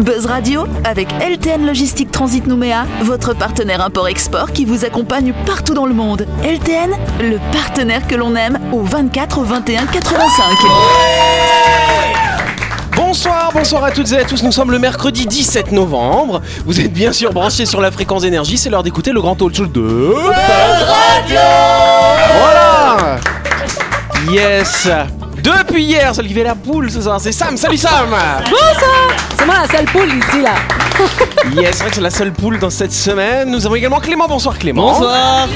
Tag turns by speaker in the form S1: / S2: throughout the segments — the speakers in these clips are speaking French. S1: Buzz Radio avec LTN Logistique Transit Nouméa, votre partenaire import-export qui vous accompagne partout dans le monde. LTN, le partenaire que l'on aime au 24 21 85.
S2: Bonsoir, bonsoir à toutes et à tous. Nous sommes le mercredi 17 novembre. Vous êtes bien sûr branchés sur la fréquence énergie. C'est l'heure d'écouter le grand talk show de Buzz
S3: Radio.
S2: Voilà. Yes. Depuis hier, celui qui fait la poule, c'est ça. C'est Sam. Salut Sam.
S4: Bonsoir. C'est moi la seule poule ici là.
S2: Yes, c'est vrai que c'est la seule poule dans cette semaine. Nous avons également Clément. Bonsoir Clément.
S5: Bonsoir.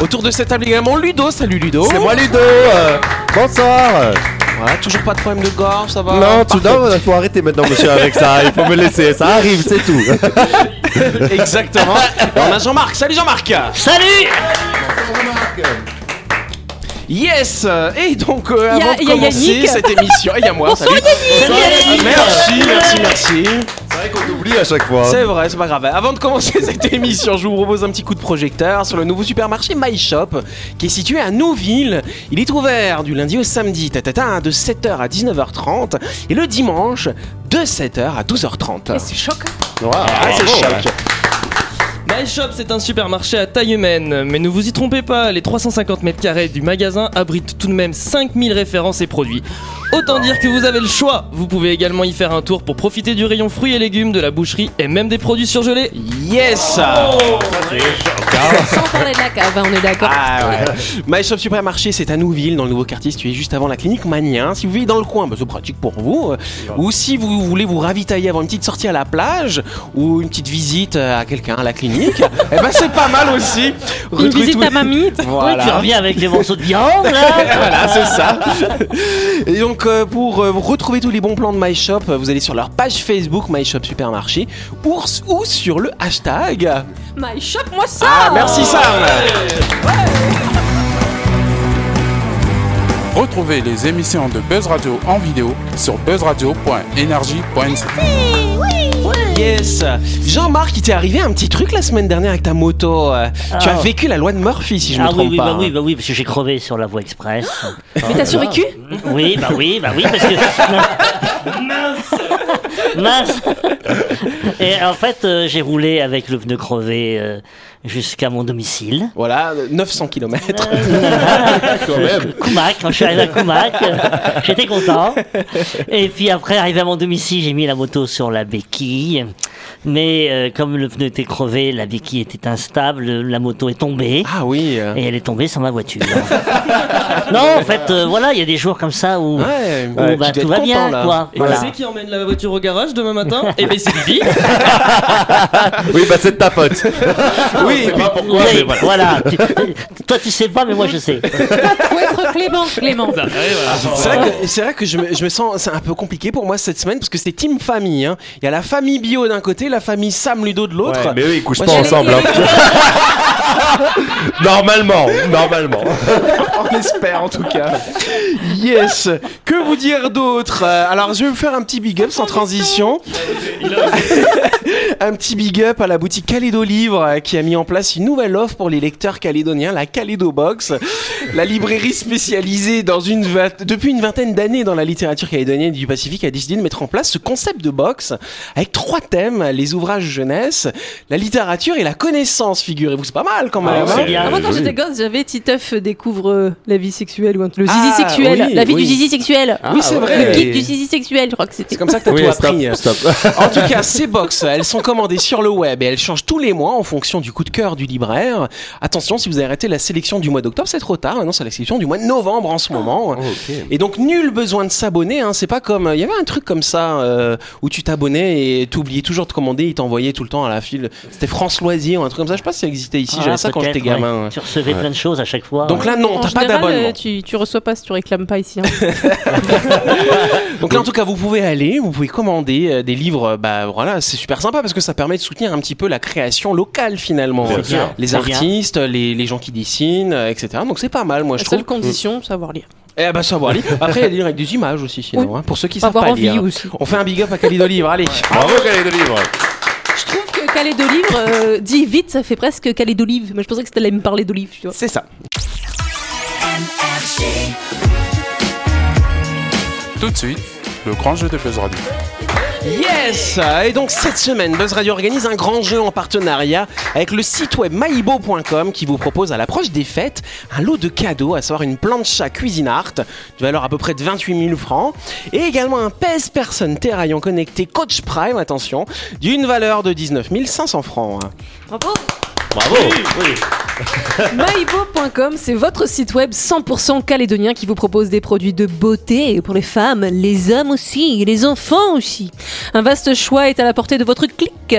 S2: Autour de cette table également Ludo. Salut Ludo.
S6: C'est moi Ludo. euh, bonsoir. Ah,
S2: Voilà, toujours pas de problème de gorge, ça va
S6: Non, tout
S2: Parfait.
S6: non, faut arrêter maintenant, monsieur, avec ça. Il faut me laisser. Ça arrive, c'est tout.
S2: Exactement. Et on a Jean-Marc. Salut Jean-Marc.
S5: Salut
S2: Yes. euh, Et donc euh,
S4: Y a-
S2: avant de
S4: y a
S2: commencer
S4: Yannick.
S2: cette émission, il y a moi.
S4: Bonsoir,
S2: salut.
S4: Yannick.
S5: Salut, Yannick.
S2: Merci, merci, merci.
S6: C'est vrai qu'on oublie à chaque fois.
S2: C'est vrai, c'est pas grave. Avant de commencer cette émission, je vous propose un petit coup de projecteur sur le nouveau supermarché My Shop qui est situé à Nouville. Il est ouvert du lundi au samedi, tatata, hein, de 7h à 19h30 et le dimanche de 7h à 12h30.
S4: Et C'est choquant.
S6: Wow,
S2: Ah, c'est
S6: bravo.
S2: choc.
S5: My Shop, c'est un supermarché à taille humaine, mais ne vous y trompez pas, les 350 mètres carrés du magasin abritent tout de même 5000 références et produits. Autant dire que vous avez le choix Vous pouvez également y faire un tour pour profiter du rayon fruits et légumes, de la boucherie et même des produits surgelés.
S2: Yes
S4: Sans parler de la cave, hein, on est d'accord.
S2: Ah ouais. My Shop Supermarché, c'est à Nouville, dans le nouveau quartier situé juste avant la clinique Magnien. Si vous vivez dans le coin, bah, c'est pratique pour vous. Euh, Ou si vous voulez vous ravitailler avant une petite sortie à la plage ou une petite visite euh, à quelqu'un à la clinique, eh ben c'est pas mal aussi.
S4: Une
S2: Retrouvez
S4: visite
S2: tous-
S4: à mamie.
S2: Voilà.
S5: Tu reviens avec les morceaux de viande là
S2: Voilà, c'est ça. Et donc, euh, pour euh, retrouver tous les bons plans de My Shop, euh, vous allez sur leur page Facebook My Shop Supermarché ou, ou sur le hashtag.
S4: My shop, moi ça.
S2: Ah, merci Sam.
S7: Retrouvez les émissions de Buzz Radio en vidéo sur buzzradio.energie.nc.
S2: Yes Jean-Marc, il t'est arrivé un petit truc la semaine dernière avec ta moto. euh, Tu
S5: Ah.
S2: as vécu la loi de Murphy, si je ne me
S5: Ah oui,
S2: trompe
S5: oui,
S2: pas. hein.
S5: bah oui, bah oui, parce que j'ai crevé sur la voie express.
S4: Mais t'as survécu
S5: Oui, bah oui, bah oui, parce que. Mince Mince Et en fait, euh, j'ai roulé avec le pneu crevé euh, jusqu'à mon domicile.
S2: Voilà, euh, 900 km.
S6: Quand même.
S5: Coumac, quand je suis arrivé à Coumac, euh, j'étais content. Et puis après, arrivé à mon domicile, j'ai mis la moto sur la béquille. Mais euh, comme le pneu était crevé, la béquille était instable, la moto est tombée.
S2: Ah oui. euh,
S5: Et elle est tombée sur ma voiture. non, en fait, euh, voilà, il y a des jours comme ça où,
S2: Ouais,
S5: où,
S2: ouais,
S5: bah,
S2: tu dois
S5: tout
S2: être
S5: va
S2: content,
S5: bien,
S2: là.
S5: quoi.
S2: Et
S5: Voilà.
S2: tu sais
S8: qui emmène la voiture au garage demain matin Eh ben c'est Bibi
S6: Oui, bah c'est de ta faute. oui, pas pourquoi,
S5: Oui, voilà. Tu- toi, tu sais pas, mais moi, je sais.
S4: Faut être Clément. Clément.
S2: C'est vrai que, c'est vrai que je, me, je me sens, c'est un peu compliqué pour moi cette semaine parce que c'est team famille. hein. Il y a la famille bio d'un côté, la famille Sam Ludo de l'autre.
S6: Ouais, mais eux, ils couchent
S2: Moi,
S6: pas
S2: j'ai-
S6: ensemble. hein. normalement, normalement.
S2: Ah, On espère en tout cas. Yes. Que vous dire d'autre Euh, Alors je vais vous faire un petit big up sans transition. un petit big up à la boutique Calédo Livre euh, qui a mis en place une nouvelle offre pour les lecteurs calédoniens, la Calédo Box. La librairie spécialisée dans une vingt- depuis une vingtaine d'années dans la littérature calédonienne et du Pacifique a décidé de mettre en place ce concept de box avec trois thèmes les ouvrages jeunesse, la littérature et la connaissance. Figurez-vous, c'est pas mal quand même.
S5: Ouais,
S2: hein
S5: c'est bien.
S4: Ah, moi, quand
S6: oui.
S4: j'étais gosse, j'avais Titeuf découvre euh, la vie sexuelle ou un truc. Le
S2: Ah,
S4: zizi sexuel.
S2: oui,
S4: la vie
S2: oui.
S4: du zizi sexuel.
S2: oui, c'est vrai.
S4: Le guide du zizi sexuel, je crois que c'était.
S2: C'est comme ça que t'as
S6: Oui,
S2: tout
S6: stop,
S2: appris.
S6: stop.
S2: En tout cas, ces box, elles sont commandées sur le web et elles changent tous les mois en fonction du coup de cœur du libraire. Attention, si vous avez arrêté la sélection du mois d'octobre, c'est trop tard. Maintenant, c'est la sélection du mois de novembre en ce moment.
S6: Ah,
S2: Et donc, nul besoin de s'abonner. Hein. C'est pas comme il y avait un truc comme ça euh, où tu t'abonnais et t'oubliais toujours de commander. Ils t'envoyaient tout le temps à la file. C'était France Loisirs, ou un truc comme ça. Je sais pas si ça existait ici.
S5: Ah,
S2: J'avais ça quand
S5: peut-être,
S2: j'étais
S5: ouais.
S2: gamin. ouais.
S5: Tu recevais plein de choses à chaque fois.
S2: Donc là, non,
S4: Ah, En
S2: t'as pas
S4: général,
S2: d'abonnement.
S4: euh, tu, tu reçois pas si tu réclames pas ici. hein.
S2: Donc là, en tout cas, vous pouvez aller, vous pouvez commander euh, des livres. euh, Bah voilà, c'est super sympa parce que ça permet de soutenir un petit peu la création locale finalement.
S5: C'est bien,
S2: Les
S5: c'est bien.
S2: artistes, les, les gens qui dessinent, euh, etc. Donc c'est pas mal, moi
S4: La
S2: je trouve.
S4: seule condition, savoir lire.
S2: Eh ben savoir lire. Après, il y a des livres avec des images aussi, sinon, hein, pour ceux qui
S4: Pas
S2: savent
S4: avoir
S2: pas
S4: envie
S2: lire.
S4: aussi.
S2: On fait un big up à Calido Livre, allez.
S6: Bravo, Calais de Livre.
S4: Je trouve que Calais d'olive euh, dit vite, ça fait presque Calais d'olive. Moi, je pensais que c'était allais me parler d'olive, tu vois.
S2: C'est ça.
S7: Tout de suite, le grand jeu de Buzz Radio.
S2: Yes Et donc cette semaine, Buzz Radio organise un grand jeu en partenariat avec le site web maibo.com qui vous propose à l'approche des fêtes un lot de cadeaux, à savoir une plancha cuisine art de valeur à peu près de 28 000 francs et également un pèse personne terraillon connecté Coach Prime, attention, d'une valeur de 19 500 francs.
S4: Bravo
S6: Bravo
S4: Maibo.com, c'est votre site web 100% calédonien qui vous propose des produits de beauté pour les femmes, les hommes aussi, et les enfants aussi. Un vaste choix est à la portée de votre clic.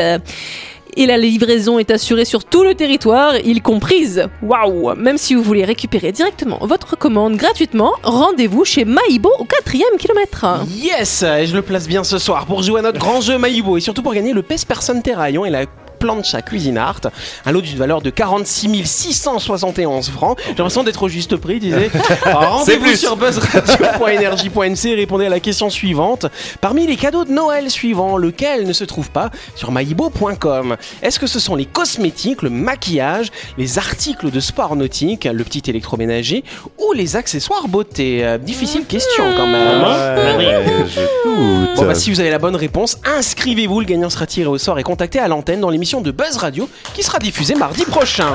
S4: Et la livraison est assurée sur tout le territoire, y comprise. Waouh Même si vous voulez récupérer directement votre commande gratuitement, rendez-vous chez Maibo au quatrième kilomètre.
S2: Yes Et je le place bien ce soir pour jouer à notre grand jeu Maïbo et surtout pour gagner le PES Personne Terraillon et la plancha cuisine art, un lot d'une valeur de 46 671 francs. J'ai l'impression d'être au juste prix, disais. Alors,
S6: C'est
S2: Rendez-vous
S6: plus.
S2: sur buzzradio.energie.nc et répondez à la question suivante. Parmi les cadeaux de Noël suivants, lequel ne se trouve pas sur maibo.com Est-ce que ce sont les cosmétiques, le maquillage, les articles de sport nautique, le petit électroménager ou les accessoires beauté Euh, Difficile question quand même.
S6: Ouais, Je doute.
S2: Ah, Bon, bah, si vous avez la bonne réponse, inscrivez-vous. Le gagnant sera tiré au sort et contacté à l'antenne dans l'émission de Buzz Radio qui sera diffusée mardi prochain.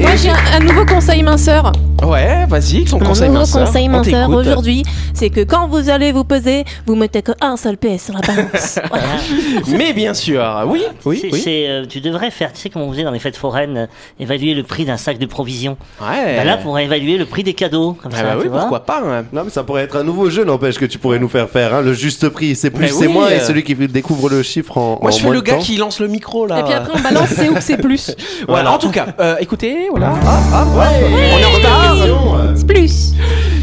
S4: Moi j'ai un, un nouveau conseil minceur.
S2: Ouais, vas-y, ton conseil
S4: un nouveau
S2: minceur.
S4: conseil
S2: On
S4: minceur
S2: t'écoute.
S4: aujourd'hui, c'est que quand vous allez vous peser, vous mettez qu'un seul PS sur la balance. Voilà.
S2: Mais bien sûr, oui, oui,
S3: C'est-
S2: oui.
S3: c'est, euh, tu devrais faire, tu sais comment on faisait dans les fêtes foraines, euh, évaluer le prix d'un sac de provisions.
S2: Ouais.
S3: Bah là, on pourrait évaluer le prix des cadeaux. Comme
S2: Ah
S3: ça,
S2: Eh. bah
S3: tu
S2: oui,
S3: vois.
S2: pourquoi pas. hein.
S6: Non, mais ça pourrait être un nouveau jeu, n'empêche, que tu pourrais nous faire faire. hein. Le juste prix, c'est plus,
S2: Mais
S6: c'est
S2: oui,
S6: moins, et
S2: euh.
S6: celui qui découvre le chiffre en.
S2: Moi,
S6: en
S2: je fais
S6: moins
S2: le
S6: de
S2: gars
S6: temps.
S2: qui lance le micro là.
S4: Et puis après on balance c'est où que c'est plus.
S2: Voilà, en tout cas, euh, écoutez, voilà. Hop, hop, hop. On est en retard.
S4: C'est plus.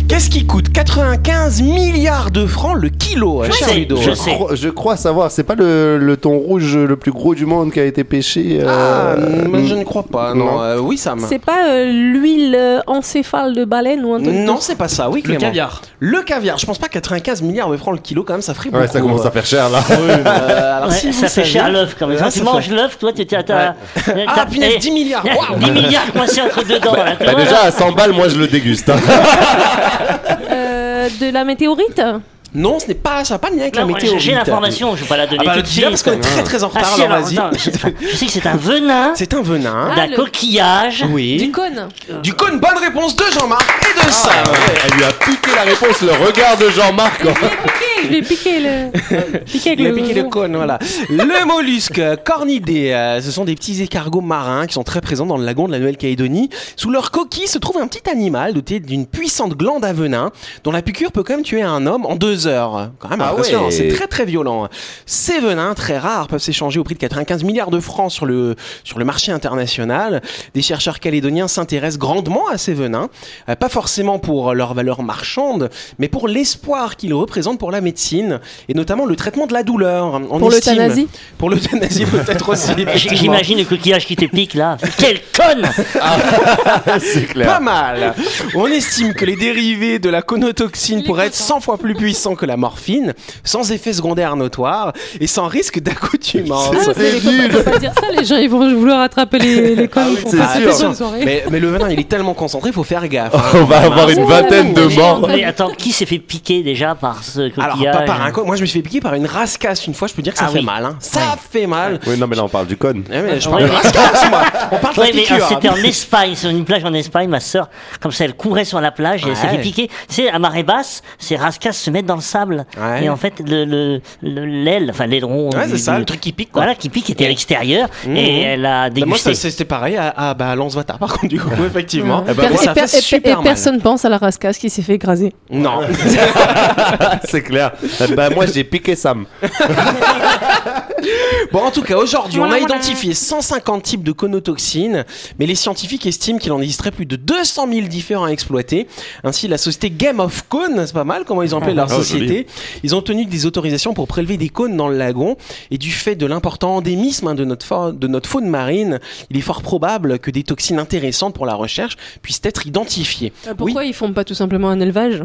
S2: Qu'est-ce qui coûte 95 milliards de francs le kilo, euh,
S3: Je
S2: cher
S3: sais,
S2: Ludo
S3: je
S6: Je
S3: sais.
S6: crois, je crois savoir, c'est pas le, le thon rouge le plus gros du monde qui a été pêché. euh,
S2: Ah, moi,
S6: mm,
S2: je ne crois pas. Non,
S6: non.
S2: Euh, oui, Sam.
S4: C'est pas euh, l'huile euh, encéphale de baleine ou un truc
S2: Non, c'est pas ça, oui,
S5: Le
S2: Clément.
S5: caviar.
S2: Le caviar, je pense pas 95 milliards de francs le kilo, quand même, ça ferait beaucoup. hein.
S6: Ouais, ça commence à faire cher là.
S2: Euh, alors,
S3: Ouais,
S2: si vous
S3: ça fait
S2: saviez- Ah,
S3: cher l'œuf quand même.
S2: Ouais,
S3: Quand
S2: ça
S3: tu
S2: fait-
S3: manges l'œuf, toi, tu t'es à ta. t'as-
S2: Ah, punaise,
S3: eh,
S2: 10 milliards. Waouh.
S3: 10 milliards coincés entre deux dents. là, tu
S6: Bah,
S3: vois,
S6: déjà, à 100 balles, moi je le déguste. hein.
S4: Euh, de la météorite
S2: Non, ce n'est pas, ça n'a pas de lien avec la
S3: Non,
S2: météo.
S3: J'ai l'information, je vais pas la
S2: Ah
S3: donner
S2: bah,
S3: tout
S2: le
S3: de
S2: dis-le,
S3: suite.
S2: parce qu'on est très très en
S3: Ah
S2: retard,
S3: si,
S2: alors
S3: alors,
S2: vas-y.
S3: attends, je, je sais que c'est un venin
S2: C'est un venin.
S4: Ah,
S3: d'un
S4: le-
S3: coquillage.
S2: Oui.
S4: Du cône
S3: Ah.
S2: Du coup, une bonne réponse de Jean-Marc et de Sam.
S6: Elle lui a piqué la réponse, le regard de Jean-Marc. hein.
S4: Je l'ai piqué le. piqué avec
S2: Il a piqué le cône, voilà. Le mollusque euh, cornidé, euh, ce sont des petits écargots marins qui sont très présents dans le lagon de la Nouvelle-Calédonie. Sous leur coquille se trouve un petit animal doté d'une puissante glande à venin dont la piqûre peut quand même tuer un homme en deux heures. Quand même
S6: Ah
S2: impressionnant,
S6: ouais.
S2: c'est très très violent. Ces venins hein, très rares peuvent s'échanger au prix de 95 milliards de francs sur le, sur le marché international. Des chercheurs calédoniens s'intéressent grandement à ces venins, euh, pas forcément pour leur valeur marchande, mais pour l'espoir qu'ils représentent pour la médecine et notamment le traitement de la douleur. On
S4: Pour
S2: estime-
S4: l'euthanasie
S2: Pour l'euthanasie peut-être aussi.
S3: J-
S2: effectivement.
S3: J'imagine le coquillage qui te pique là. Quelle conne
S6: C'est
S2: Pas
S6: clair.
S2: mal. On estime que les dérivés de la conotoxine pourraient être 100 fois plus puissants que la morphine, sans effet secondaire notoire et sans risque d'accoutumance.
S4: Ah, c'est les copains, faut pas dire ça, les gens ils vont vouloir attraper les, les connes.
S6: c'est
S2: Ah,
S6: sûr.
S2: attention. Mais, mais le venin, il est tellement concentré, faut faire gaffe. hein.
S6: On va
S2: Ah,
S6: avoir une
S4: Ouais,
S6: vingtaine de
S4: ouais.
S6: morts.
S3: Mais attends, qui s'est fait piquer déjà par ce
S2: Alors,
S3: coquillage
S2: pas par un con. Moi, je me suis fait piquer par une rascasse une fois. Je peux dire que ça
S3: Ah
S2: fait
S3: oui.
S2: mal. hein. Ça fait mal.
S6: Oui, non, mais là on parle du con.
S2: Eh, mais je
S3: Ouais,
S2: parle de
S3: mais-
S2: rascasse, moi. On parle de
S3: Ouais,
S2: la
S3: mais euh,
S2: piqûre. hein.
S3: c'était en Espagne, sur une plage en Espagne, ma sœur, comme ça, elle courait sur la plage et elle s'est
S2: Ouais.
S3: fait piquer. Tu sais, à marée basse, ces rascas se mettent dans le sable.
S2: Ouais.
S3: Et en fait, l'aile, le, le, l'aile, enfin l'aileron,
S2: Ouais,
S3: du-
S2: c'est ça,
S3: du-
S2: le truc qui pique, quoi.
S3: Voilà, qui pique était à l'extérieur
S2: Mmh.
S3: et elle a
S2: Bah, moi,
S3: dégusté.
S2: ça, c'est- c'était pareil à, à bah, à Lance Vata, par contre, du coup, effectivement.
S4: Et,
S2: Eh
S6: bah,
S2: ben, moi, ça fait super mal.
S4: personne pense à la rascasse qui s'est fait écraser.
S2: Non.
S6: C'est clair. Bah, moi j'ai piqué Sam.
S2: Bon, en tout cas, aujourd'hui, on a identifié 150 types de conotoxines, mais les scientifiques estiment qu'il en existerait plus de 200 000 différents à exploiter. Ainsi, la société Game of Cone, c'est pas mal comment ils ont appelé leur
S6: Oh,
S2: société, ils ont obtenu des autorisations pour prélever des cônes dans le lagon, et du fait de l'important endémisme hein, de notre, fa- de notre faune marine, il est fort probable que des toxines intéressantes pour la recherche puissent être identifiées.
S4: Euh, Pourquoi ils font pas tout simplement un élevage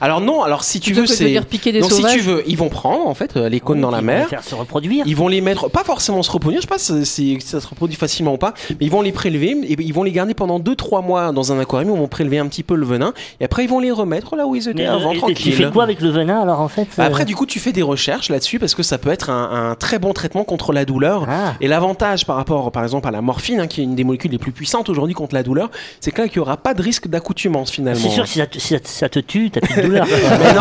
S2: Alors non, alors si tu
S4: Plutôt
S2: veux,
S4: que de
S2: c'est...
S4: venir piquer des
S2: Donc si
S4: sauvages Oh,
S2: tu veux, ils vont prendre en fait euh, les cônes dans la
S3: Ils
S2: mer.
S3: vont faire se reproduire.
S2: Ils vont les mettre, pas forcément se reproduire, je sais pas si, si ça se reproduit facilement ou pas, mais ils vont les prélever et ben, ils vont les garder pendant 2-3 mois dans un aquarium où on prélever un petit peu le venin et après ils vont les remettre là où ils étaient
S3: Mais, euh,
S2: avant,
S3: et- et
S2: tranquille.
S3: tu fais quoi avec le venin alors en fait
S2: Bah
S3: euh,
S2: Après, du coup, tu fais des recherches là-dessus parce que ça peut être un, un très bon traitement contre la douleur.
S3: Ah.
S2: Et l'avantage par rapport, par exemple, à la morphine, hein, qui est une des molécules les plus puissantes aujourd'hui contre la douleur, c'est que là, il n'y aura pas de risque d'accoutumance finalement.
S3: C'est sûr que si ça, te- si ça te- ça te tue, t'as plus de douleur.
S2: Mais non,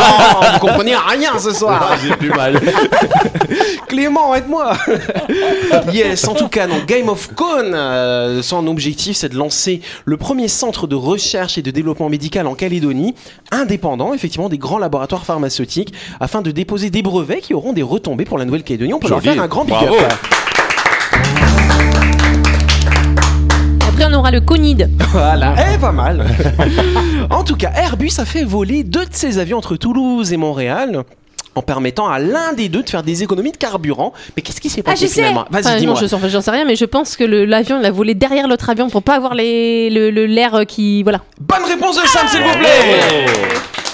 S2: vous comprenez rien ce soir.
S6: Ah, J'ai plus mal.
S2: Clément, aide-moi. yes, en tout cas, donc Game of Cone, euh, son objectif, c'est de lancer le premier centre de recherche et de développement médical en Calédonie, indépendant effectivement des grands laboratoires pharmaceutiques, afin de déposer des brevets qui auront des retombées pour la Nouvelle-Calédonie. On peut leur
S6: Joli.
S2: faire un grand big
S6: Bravo.
S2: up.
S4: Après, on aura le conide.
S2: Voilà. Eh, pas mal. en tout cas, Airbus a fait voler deux de ses avions entre Toulouse et Montréal en permettant à l'un des deux de faire des économies de carburant. Mais qu'est-ce qui s'est
S4: Ah,
S2: passé
S4: je sais
S2: finalement Vas-y,
S4: Enfin, non,
S2: dis-moi.
S4: je sais- enfin, j'en sais rien, mais je pense que le- l'avion, il a volé derrière l'autre avion pour pas avoir les- le- le- l'air euh, qui. Voilà.
S2: Bonne réponse de
S4: Ah.
S2: Sam, s'il vous plaît.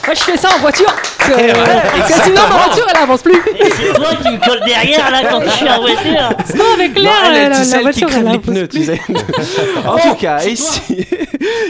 S4: Moi, je fais ça en voiture parce que, parce que sinon,
S2: exactement.
S4: ma voiture, elle avance plus.
S3: Et c'est toi qui me colle derrière là quand je suis en voiture.
S4: Sinon, avec
S2: Non,
S4: l'air,
S2: elle,
S4: la,
S2: elle,
S4: euh, la-
S2: c'est
S4: la
S2: celle qui
S4: voiture,
S2: crève
S4: elle
S2: les
S4: avance
S2: pneus, tu
S4: plus. Oh,
S2: sais. en tout cas, et, si-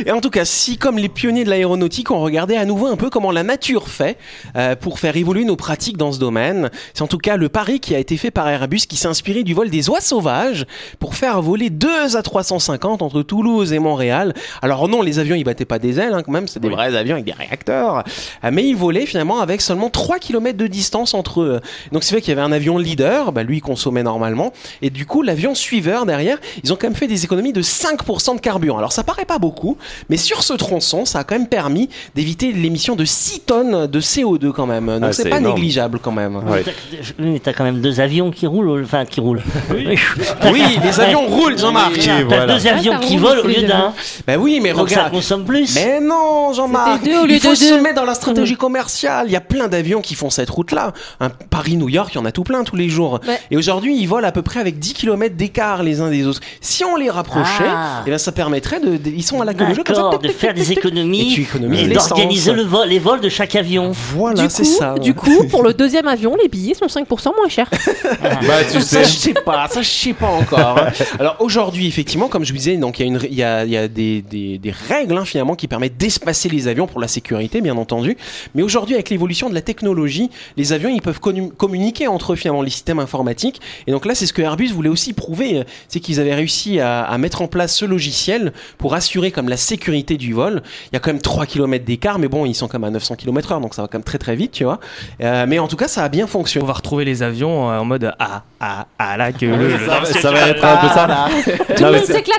S2: et en tout cas, si comme les pionniers de l'aéronautique ont regardé à nouveau un peu comment la nature fait euh, pour faire évoluer nos pratiques dans ce domaine, c'est en tout cas le pari qui a été fait par Airbus qui s'est inspiré du vol des oies sauvages pour faire voler 2 à 350 entre Toulouse et Montréal. Alors non, les avions ils battaient pas des ailes hein, quand même, c'était des vrais avions avec des réacteurs, Euh, mais ils volaient finalement avec seulement 3 km de distance entre eux. Donc c'est vrai qu'il y avait un avion leader, bah, lui il consommait normalement, et du coup l'avion suiveur derrière, ils ont quand même fait des économies de 5% de carburant. Alors ça paraît pas beaucoup, mais sur ce tronçon, ça a quand même permis d'éviter l'émission de 6 tonnes de CO2 quand même. Donc
S6: Ah,
S2: c'est
S6: c'est
S2: pas
S6: énorme.
S2: négligeable quand même.
S6: Ouais.
S3: T'as- Mais t'as quand même deux avions qui roulent, enfin qui roulent. Oui,
S2: Oui, les avions roulent, Jean-Marc.
S3: T'as
S6: voilà.
S3: deux avions
S4: Ah, ça
S3: qui
S4: roule,
S3: volent au
S4: c'est
S3: lieu
S4: déjà
S3: d'un.
S2: Bah oui, mais
S3: Donc ça
S2: regarde.
S3: consomme plus.
S2: Mais non, Jean-Marc.
S4: C'était deux au lieu
S2: Il faut
S4: de
S2: se
S4: deux. Mm.
S2: mettre dans la stratégie commerciale. Il y a plein d'avions qui font cette route-là. Un Paris-New York, il y en a tout plein tous les jours.
S4: Ouais.
S2: Et aujourd'hui, ils volent à peu près avec 10 km d'écart les uns des autres. Si on les rapprochait,
S3: Ah.
S2: eh ben, ça permettrait de, de- Ils sont à la gueule au jeu comme ça.
S3: D'accord,
S2: Tic,
S3: de
S2: tic,
S3: faire
S2: tic,
S3: des
S2: tic, tic. Et
S3: économies
S2: tu économises
S3: et
S2: l'essence.
S3: d'organiser le vol- les vols de chaque avion.
S2: Voilà,
S4: Du
S2: c'est
S4: coup,
S2: ça.
S4: du coup, pour le deuxième avion, les billets sont 5% moins chers.
S6: Bah, tu
S2: Ça,
S6: sais.
S2: je sais pas, ça, je sais pas encore. hein. Alors aujourd'hui, effectivement, comme je vous disais, donc il y a, une, il y a, il y a des, des, des règles hein, finalement qui permettent d'espacer les avions pour la sécurité, bien entendu. Mais aujourd'hui, avec l'évolution de la technologie, les avions ils peuvent connu- communiquer entre eux finalement les systèmes informatiques. Et donc là, c'est ce que Airbus voulait aussi prouver, euh, c'est qu'ils avaient réussi à, à mettre en place ce logiciel pour assurer comme la sécurité du vol. Il y a quand même 3 km d'écart, mais bon, ils sont comme à 900 km/h, donc ça va quand même très très vite, tu vois. Euh, mais en tout cas, ça a bien fonctionné.
S5: On va retrouver les avions euh, en mode ah ah ah la gueule.
S6: Ça, va- ça va être un peu ça.
S4: Tout
S6: Non,
S4: le
S6: mais
S4: monde
S6: c'est-
S4: s'éclate.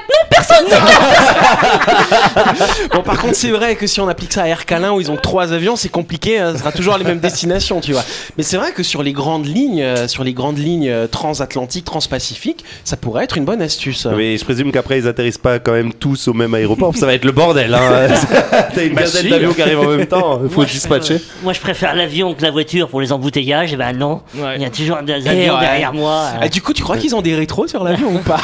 S2: Bon, par contre, c'est vrai que si on applique ça à Air Calin où ils ont que trois avions, c'est compliqué. hein, Ce sera toujours les mêmes destinations, tu vois. Mais c'est vrai que sur les grandes lignes, euh, sur les grandes lignes euh, transatlantiques, transpacifiques, ça pourrait être une bonne astuce.
S6: Mais je présume qu'après ils atterrissent pas quand même tous au même aéroport, ça va être le bordel. Hein. T'as une
S2: Bah,
S6: quinzaine
S2: si.
S6: d'avions qui arrivent en même temps, faut
S3: Moi, je
S6: dispatcher.
S3: préfère- Moi, je préfère l'avion que la voiture pour les embouteillages. Et ben non,
S5: Ouais.
S3: il y a toujours des avions
S2: ouais.
S3: derrière moi.
S2: Ah, du coup, tu crois qu'ils ont des rétros sur l'avion ou pas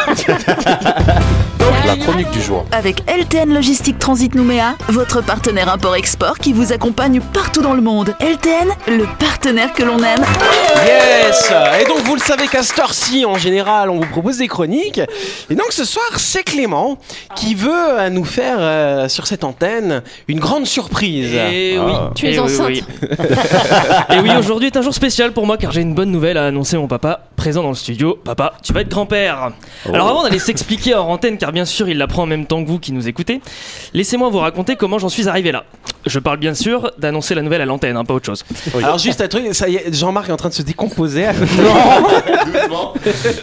S7: Donc la chronique du jour.
S1: Avec LTN Logistique Transit Nouméa, votre partenaire import-export qui vous accompagne partout dans le monde. LTN, le partenaire que l'on aime.
S2: Yes Et donc, vous le savez qu'à cette heure-ci, en général, on vous propose des chroniques. Et donc, ce soir, c'est Clément qui veut euh, nous faire, euh, sur cette antenne, une grande surprise.
S5: Et
S8: Ah.
S5: oui,
S4: Tu es
S5: Eh oui,
S4: enceinte.
S5: oui. Et oui, aujourd'hui est un jour spécial pour moi car j'ai une bonne nouvelle à annoncer à mon papa, présent dans le studio. Papa, tu vas être grand-père. Alors avant d'aller s'expliquer hors antenne, car bien sûr il l'apprend en même temps que vous qui nous écoutez, laissez-moi vous raconter comment j'en suis arrivé là. Je parle bien sûr d'annoncer la nouvelle à l'antenne, hein, pas autre chose.
S2: Alors, juste un truc, ça y est, Jean-Marc est en train de se décomposer.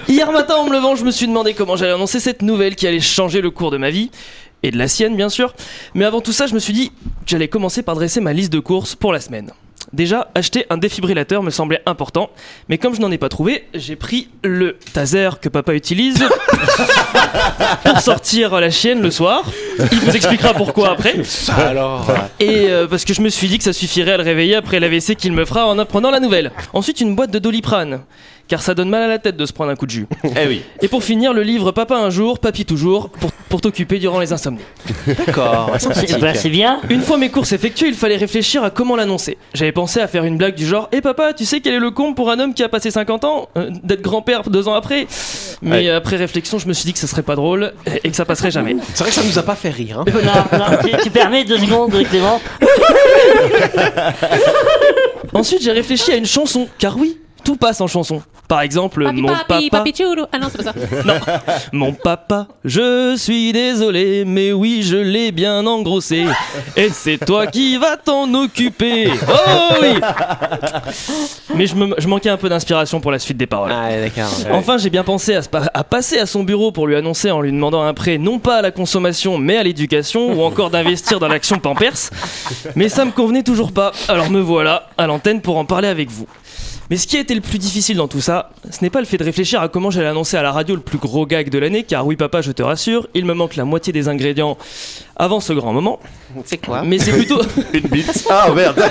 S5: Hier matin en me levant, je me suis demandé comment j'allais annoncer cette nouvelle qui allait changer le cours de ma vie. Et de la sienne, bien sûr. Mais avant tout ça, je me suis dit que j'allais commencer par dresser ma liste de courses pour la semaine. Déjà, acheter un défibrillateur me semblait important, mais comme je n'en ai pas trouvé, j'ai pris le taser que papa utilise pour sortir la chienne le soir. Il vous expliquera pourquoi après.
S2: Alors.
S5: Et euh, parce que je me suis dit que ça suffirait à le réveiller après l'AVC qu'il me fera en apprenant la nouvelle. Ensuite, une boîte de doliprane car ça donne mal à la tête de se prendre un coup de jus.
S6: Eh oui.
S5: Et pour finir, le livre Papa un jour, Papy toujours, pour, pour t'occuper durant les insomnies.
S2: D'accord.
S3: C'est bah, c'est bien.
S5: Une fois mes courses effectuées, il fallait réfléchir à comment l'annoncer. J'avais pensé à faire une blague du genre Eh papa, tu sais quel est le comble pour un homme qui a passé 50 ans euh, D'être grand-père deux ans après Mais euh,
S6: Ouais.
S5: après réflexion, je me suis dit que ça serait pas drôle et- et que ça passerait jamais.
S2: C'est vrai que ça nous a pas fait rire. hein.
S3: Non, non, tu, tu permets deux secondes, Clément.
S5: Ensuite, j'ai réfléchi à une chanson, car oui, tout passe en chanson. Par exemple,
S4: Papi,
S5: mon papa,
S4: papi, papi chulo. Ah non, c'est pas ça.
S5: mon papa, je suis désolé, mais oui, je l'ai bien engrossé. Et c'est toi qui vas t'en occuper. Oh oui Mais je, me- je manquais un peu d'inspiration pour la suite des paroles.
S2: Ah, d'accord.
S5: Enfin, j'ai bien pensé à, se pa- à passer à son bureau pour lui annoncer en lui demandant un prêt non pas à la consommation mais à l'éducation ou encore d'investir dans l'action Pampers. Mais ça me convenait toujours pas. Alors me voilà à l'antenne pour en parler avec vous. Mais ce qui a été le plus difficile dans tout ça, ce n'est pas le fait de réfléchir à comment j'allais annoncer à la radio le plus gros gag de l'année, car oui papa, je te rassure, il me manque la moitié des ingrédients avant ce grand moment.
S2: C'est quoi
S5: Mais c'est plutôt...
S6: Une bite. Ah merde.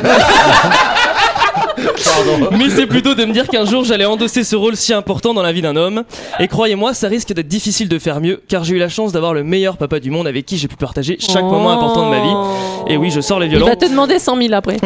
S6: Pardon.
S5: Mais c'est plutôt de me dire qu'un jour j'allais endosser ce rôle si important dans la vie d'un homme. Et croyez-moi, ça risque d'être difficile de faire mieux, car j'ai eu la chance d'avoir le meilleur papa du monde avec qui j'ai pu partager chaque moment important de ma vie. Et oui, je sors les
S4: Oh. Il
S5: violons.
S4: va te demander 100 000 après.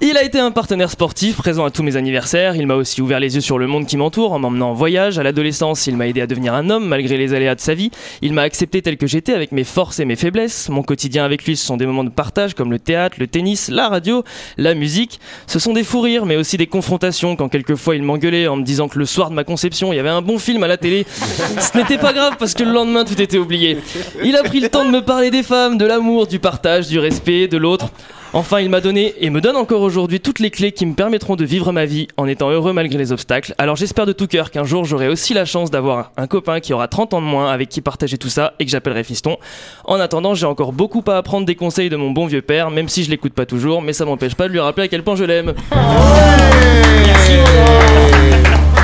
S5: Il a été un partenaire sportif, présent à tous mes anniversaires. Il m'a aussi ouvert les yeux sur le monde qui m'entoure en m'emmenant en voyage. À l'adolescence, il m'a aidé à devenir un homme malgré les aléas de sa vie. Il m'a accepté tel que j'étais avec mes forces et mes faiblesses. Mon quotidien avec lui, ce sont des moments de partage comme le théâtre, le tennis, la radio, la musique. Ce sont des fous rires, mais aussi des confrontations quand quelquefois il m'engueulait en me disant que le soir de ma conception, il y avait un bon film à la télé. Ce n'était pas grave parce que le lendemain, tout était oublié. Il a pris le temps de me parler des femmes, de l'amour, du partage, du respect, de l'autre. Enfin, il m'a donné et me donne encore aujourd'hui toutes les clés qui me permettront de vivre ma vie en étant heureux malgré les obstacles. Alors j'espère de tout cœur qu'un jour j'aurai aussi la chance d'avoir un copain qui aura 30 ans de moins avec qui partager tout ça et que j'appellerai fiston. En attendant, j'ai encore beaucoup à apprendre des conseils de mon bon vieux père, même si je l'écoute pas toujours, mais ça m'empêche pas de lui rappeler à quel point je l'aime.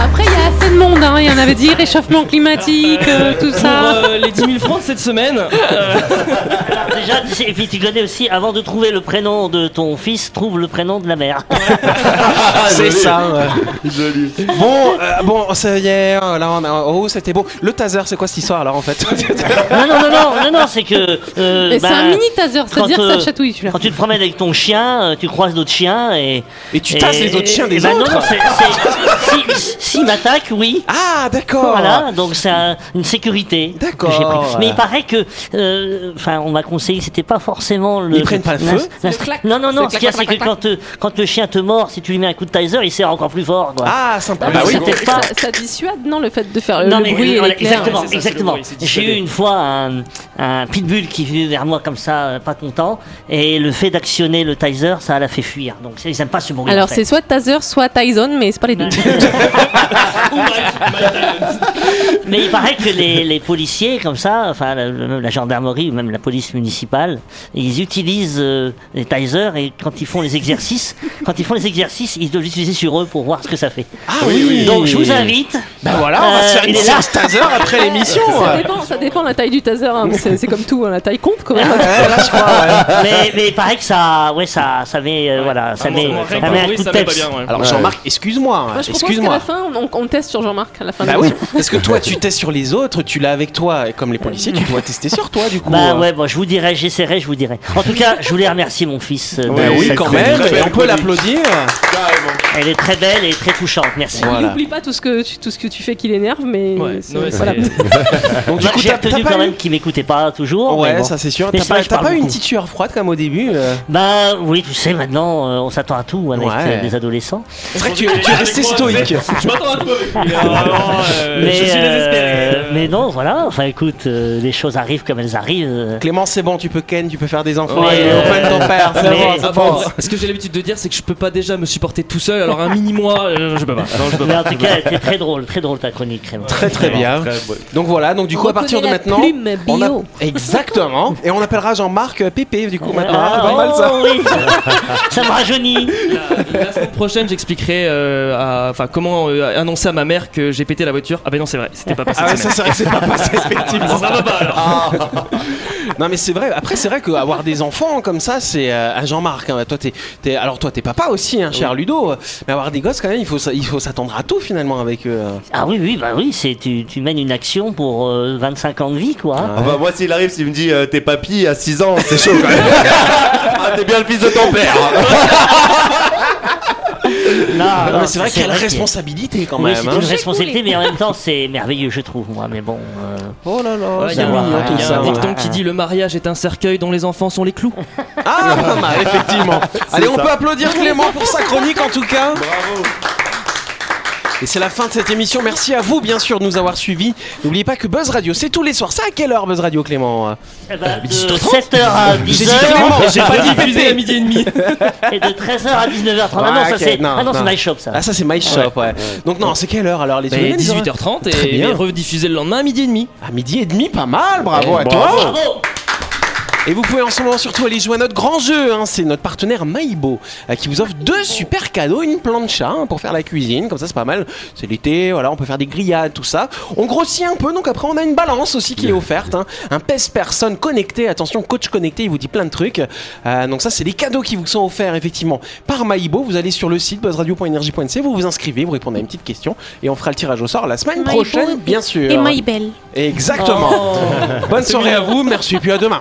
S4: Après, il y a assez de monde. hein. Il y en avait dit réchauffement climatique, euh, tout
S5: Pour
S4: ça.
S5: euh, les 10 000 francs de cette semaine, euh,
S3: Alors déjà, tu sais- et puis tu connais aussi, avant de trouver le prénom de ton fils, trouve le prénom de la mère.
S2: c'est ça. ouais.
S6: Joli.
S2: Ah, Bon, euh, bon, ça y est. euh, Là, on a... oh, c'était bon. Le taser, c'est quoi cette histoire alors en fait
S3: non, non, non, non, non, non, c'est que. euh,
S4: Et c'est
S3: bah,
S4: un mini taser, c'est-à-dire
S3: quand,
S4: que ça
S3: euh,
S4: chatouille celui-là.
S3: Quand tu te promènes avec ton chien, euh, tu croises d'autres chiens et.
S2: Et tu
S3: et-
S2: tasses les autres chiens
S3: et
S2: des
S3: bah
S2: autres
S3: Non, c'est. c'est- si- S'il m'attaque, oui.
S2: Ah, d'accord.
S3: Voilà, donc c'est un- une sécurité. que j'ai
S2: D'accord.
S3: pris. Mais il paraît que, euh, enfin, on m'a conseillé, c'était pas forcément le.
S2: Ils prennent pas le
S3: l'ins-
S2: feu
S3: l'ins-
S4: Le clac.
S3: Non, non, non.
S4: C'est
S3: Ce qu'il y a, c'est
S4: clac,
S3: que
S4: clac,
S3: quand, euh, quand le chien te mord, si tu lui mets un coup de taser, il sert encore plus fort. Quoi.
S2: Ah, sympa.
S3: bah oui,
S4: Ça-
S3: peut-être pas.
S4: ça, ça dissuade, non, le fait de faire le,
S3: Non
S4: Ah, le
S3: mais
S4: bruit et
S3: voilà,
S4: l'éclair.
S3: exactement,
S5: Ouais, c'est ça, c'est le
S3: exactement.
S5: bruit, c'est dissuadé.
S3: J'ai eu une fois un, un pitbull qui venait vers moi comme ça, euh, pas content, et le fait d'actionner le taser, ça l'a fait fuir. Donc ça, ils aiment pas ce bruit. en
S4: Alors,
S3: fait.
S4: c'est soit taser, soit Tyson, mais c'est pas les deux.
S3: Mais il paraît que les, les policiers, comme ça, enfin la, la- la gendarmerie ou même la police municipale, ils utilisent euh, les tasers et quand ils font les exercices, quand ils font les exercices, ils doivent l'utiliser sur eux pour voir ce que ça fait.
S2: Ah oui.
S3: Donc je vous invite.
S2: Bah voilà, on va se
S3: Euh,
S2: faire une
S3: il est là.
S2: séance taser après l'émission.
S4: ça,
S2: ouais.
S4: dépend, ça dépend la taille du taser, hein, mais c'est c'est comme tout, hein, la taille compte quand même.
S2: Ouais, là, je crois. ouais.
S3: mais, mais il paraît que ça, ouais, ça, ça met, euh, voilà, ça
S5: ah, moi,
S3: met,
S5: moi,
S3: ça
S5: rien que
S3: met
S5: le
S3: un
S5: bruit,
S3: coup de
S5: ça met pas
S3: peps.
S5: bien, ouais.
S2: Alors Jean-Marc, excuse-moi,
S4: Moi, je propose qu'à
S2: excuse-moi.
S4: la fin, on, on teste sur Jean-Marc. À la fin de
S2: Bah oui,
S4: l'émission.
S2: parce que toi tu testes sur les autres, tu l'as avec toi, et comme les policiers, tu dois tester sur toi du coup. euh.
S3: Bah ouais, bon, je vous dirai, j'essaierai, je vous dirai. En tout cas, je voulais remercier mon fils. euh,
S2: Bah
S3: de
S2: oui,
S3: cette
S2: quand
S3: chronique.
S2: même,
S6: chronique.
S2: et on peut l'applaudir.
S3: Elle est très belle et très touchante, merci.
S2: Voilà.
S4: N'oublie pas tout ce que tu, tout ce que tu fais qui l'énerve, mais
S5: Ouais,
S4: c'est-
S5: non, mais c'est-
S4: voilà.
S2: Donc du
S3: Bah,
S2: coup,
S3: J'ai
S2: t'as t'as
S3: retenu
S2: pas
S3: quand
S2: eu-
S3: même qu'il m'écoutait pas toujours. mais
S2: Ouais,
S3: bon.
S2: ça c'est sûr.
S3: Mais
S2: T'as
S3: c'est vrai
S2: pas,
S3: que je
S2: t'as
S3: parle
S2: pas eu une
S3: beaucoup.
S2: petite sueur froide comme au début. euh.
S3: Bah oui, tu sais, maintenant, euh, on s'attend à tout avec
S2: Ouais.
S3: euh, des adolescents.
S2: C'est vrai que tu, tu es resté stoïque.
S5: je m'attends à tout avec lui, hein, vraiment, euh, je suis
S3: euh,
S5: désespéré.
S3: mais non, voilà, enfin écoute, euh, les choses arrivent comme elles arrivent. euh.
S2: Clément, c'est bon, tu peux ken, tu peux faire des enfants.
S3: Mais,
S2: et
S3: euh,
S2: open ton père, c'est
S3: mais-
S2: bon, c'est
S5: Ah
S2: bon.
S5: bon, ce que j'ai l'habitude de dire, c'est que je peux pas déjà me supporter tout seul, alors un mini moi, euh, je peux pas. Non, je peux
S3: Mais
S5: pas.
S3: en tout cas, c'était très drôle, très drôle ta chronique, Clément.
S2: Très très
S6: Ah,
S2: bien. Donc voilà, donc du coup à partir de
S4: reconnaît la
S2: maintenant,
S4: plume
S2: on a-
S4: bio.
S2: exactement, et on appellera Jean-Marc euh, Pépé du coup maintenant.
S3: Ah,
S2: Ah, pas
S3: oh,
S2: mal ça.
S3: oui. ça me rajeunit.
S5: La semaine prochaine, j'expliquerai euh, à- enfin comment euh, annoncer à ma mère que j'ai pété la voiture. Ah ben non, c'est vrai, c'était pas passé.
S2: Ah ouais, ça c'est vrai que c'est pas passé effectivement.
S5: va pas alors.
S2: Non mais c'est vrai. Après c'est vrai qu'avoir des enfants comme ça, c'est euh, à Jean-Marc. hein, toi t'es, t'es- alors toi t'es papa aussi, hein, cher Ludo. Mais avoir des gosses quand même, il faut, s- il faut s'attendre à tout finalement avec eux. hein.
S3: Ah oui, oui, bah oui, c'est tu, tu mènes une action pour euh, 25 ans de vie,
S2: Ah,
S3: quoi.
S6: Enfin, moi, s'il arrive, s'il me dit euh, t'es papy à 6 ans, c'est chaud quand même. ah, t'es bien le fils de ton père.
S3: Non,
S2: Non,
S3: Ah non,
S2: mais c'est vrai
S3: ça,
S2: qu'il y a la
S3: vrai qu'il y a-
S2: responsabilité quand
S3: Oui,
S2: même.
S3: c'est
S2: hein.
S3: une responsabilité, mais en même temps, c'est merveilleux, je trouve, moi. Mais bon, euh,
S2: Oh là là,
S5: Voilà, Il y
S2: c'est
S5: a,
S2: mignon,
S5: un-
S2: tout
S5: il y a
S2: ça.
S5: un
S2: ouais.
S5: dicton qui dit le mariage est un cercueil dont les enfants sont les clous.
S2: Ah, pas mal, effectivement. Allez, on
S6: ça.
S2: peut applaudir Clément pour sa chronique en tout cas. Bravo. Et c'est la fin de cette émission. Merci à vous, bien sûr, de nous avoir suivis. N'oubliez pas que Buzz Radio, c'est tous les soirs. C'est à quelle heure Buzz Radio, Clément
S3: eh ben, de
S2: 18h30.
S3: 7h à
S2: J'ai dit Clément,
S3: 10h
S2: j'ai pas dit
S5: Diffusé à midi et demi.
S3: et de 13h à 19h30. Ah
S2: Ouais,
S3: non, ça
S2: ok,
S3: c'est
S2: non,
S3: ah non, c'est
S2: non.
S3: My Shop, ça.
S2: Ah, ça, c'est My Shop, ouais. Donc, non, c'est quelle heure alors les souvenirs,
S5: Mais
S2: les horaires
S5: 18h30
S2: Très
S5: et
S2: bien.
S5: mais rediffusé le lendemain à midi et demi.
S2: À midi et demi, pas mal, Eh, bravo à Ah, toi.
S3: Bravo
S2: Et vous pouvez en ce moment surtout aller jouer à notre grand jeu. hein. C'est notre partenaire Maïbo euh, qui vous offre deux super cadeaux. Une plancha hein, pour faire la cuisine, comme ça c'est pas mal. C'est l'été, voilà, on peut faire des grillades, tout ça. On grossit un peu, donc après on a une balance aussi qui est offerte. hein. Un pèse-personne connecté. Attention, coach connecté, il vous dit plein de trucs. Euh, donc ça, c'est des cadeaux qui vous sont offerts effectivement par Maïbo. Vous allez sur le site buzzradio.energie.nc, vous vous inscrivez, vous répondez à une petite question et on fera le tirage au sort la semaine
S9: Maïbo
S2: prochaine, bien sûr.
S9: Et Maïbel.
S2: Exactement. Bonne soirée à vous, merci, puis à demain.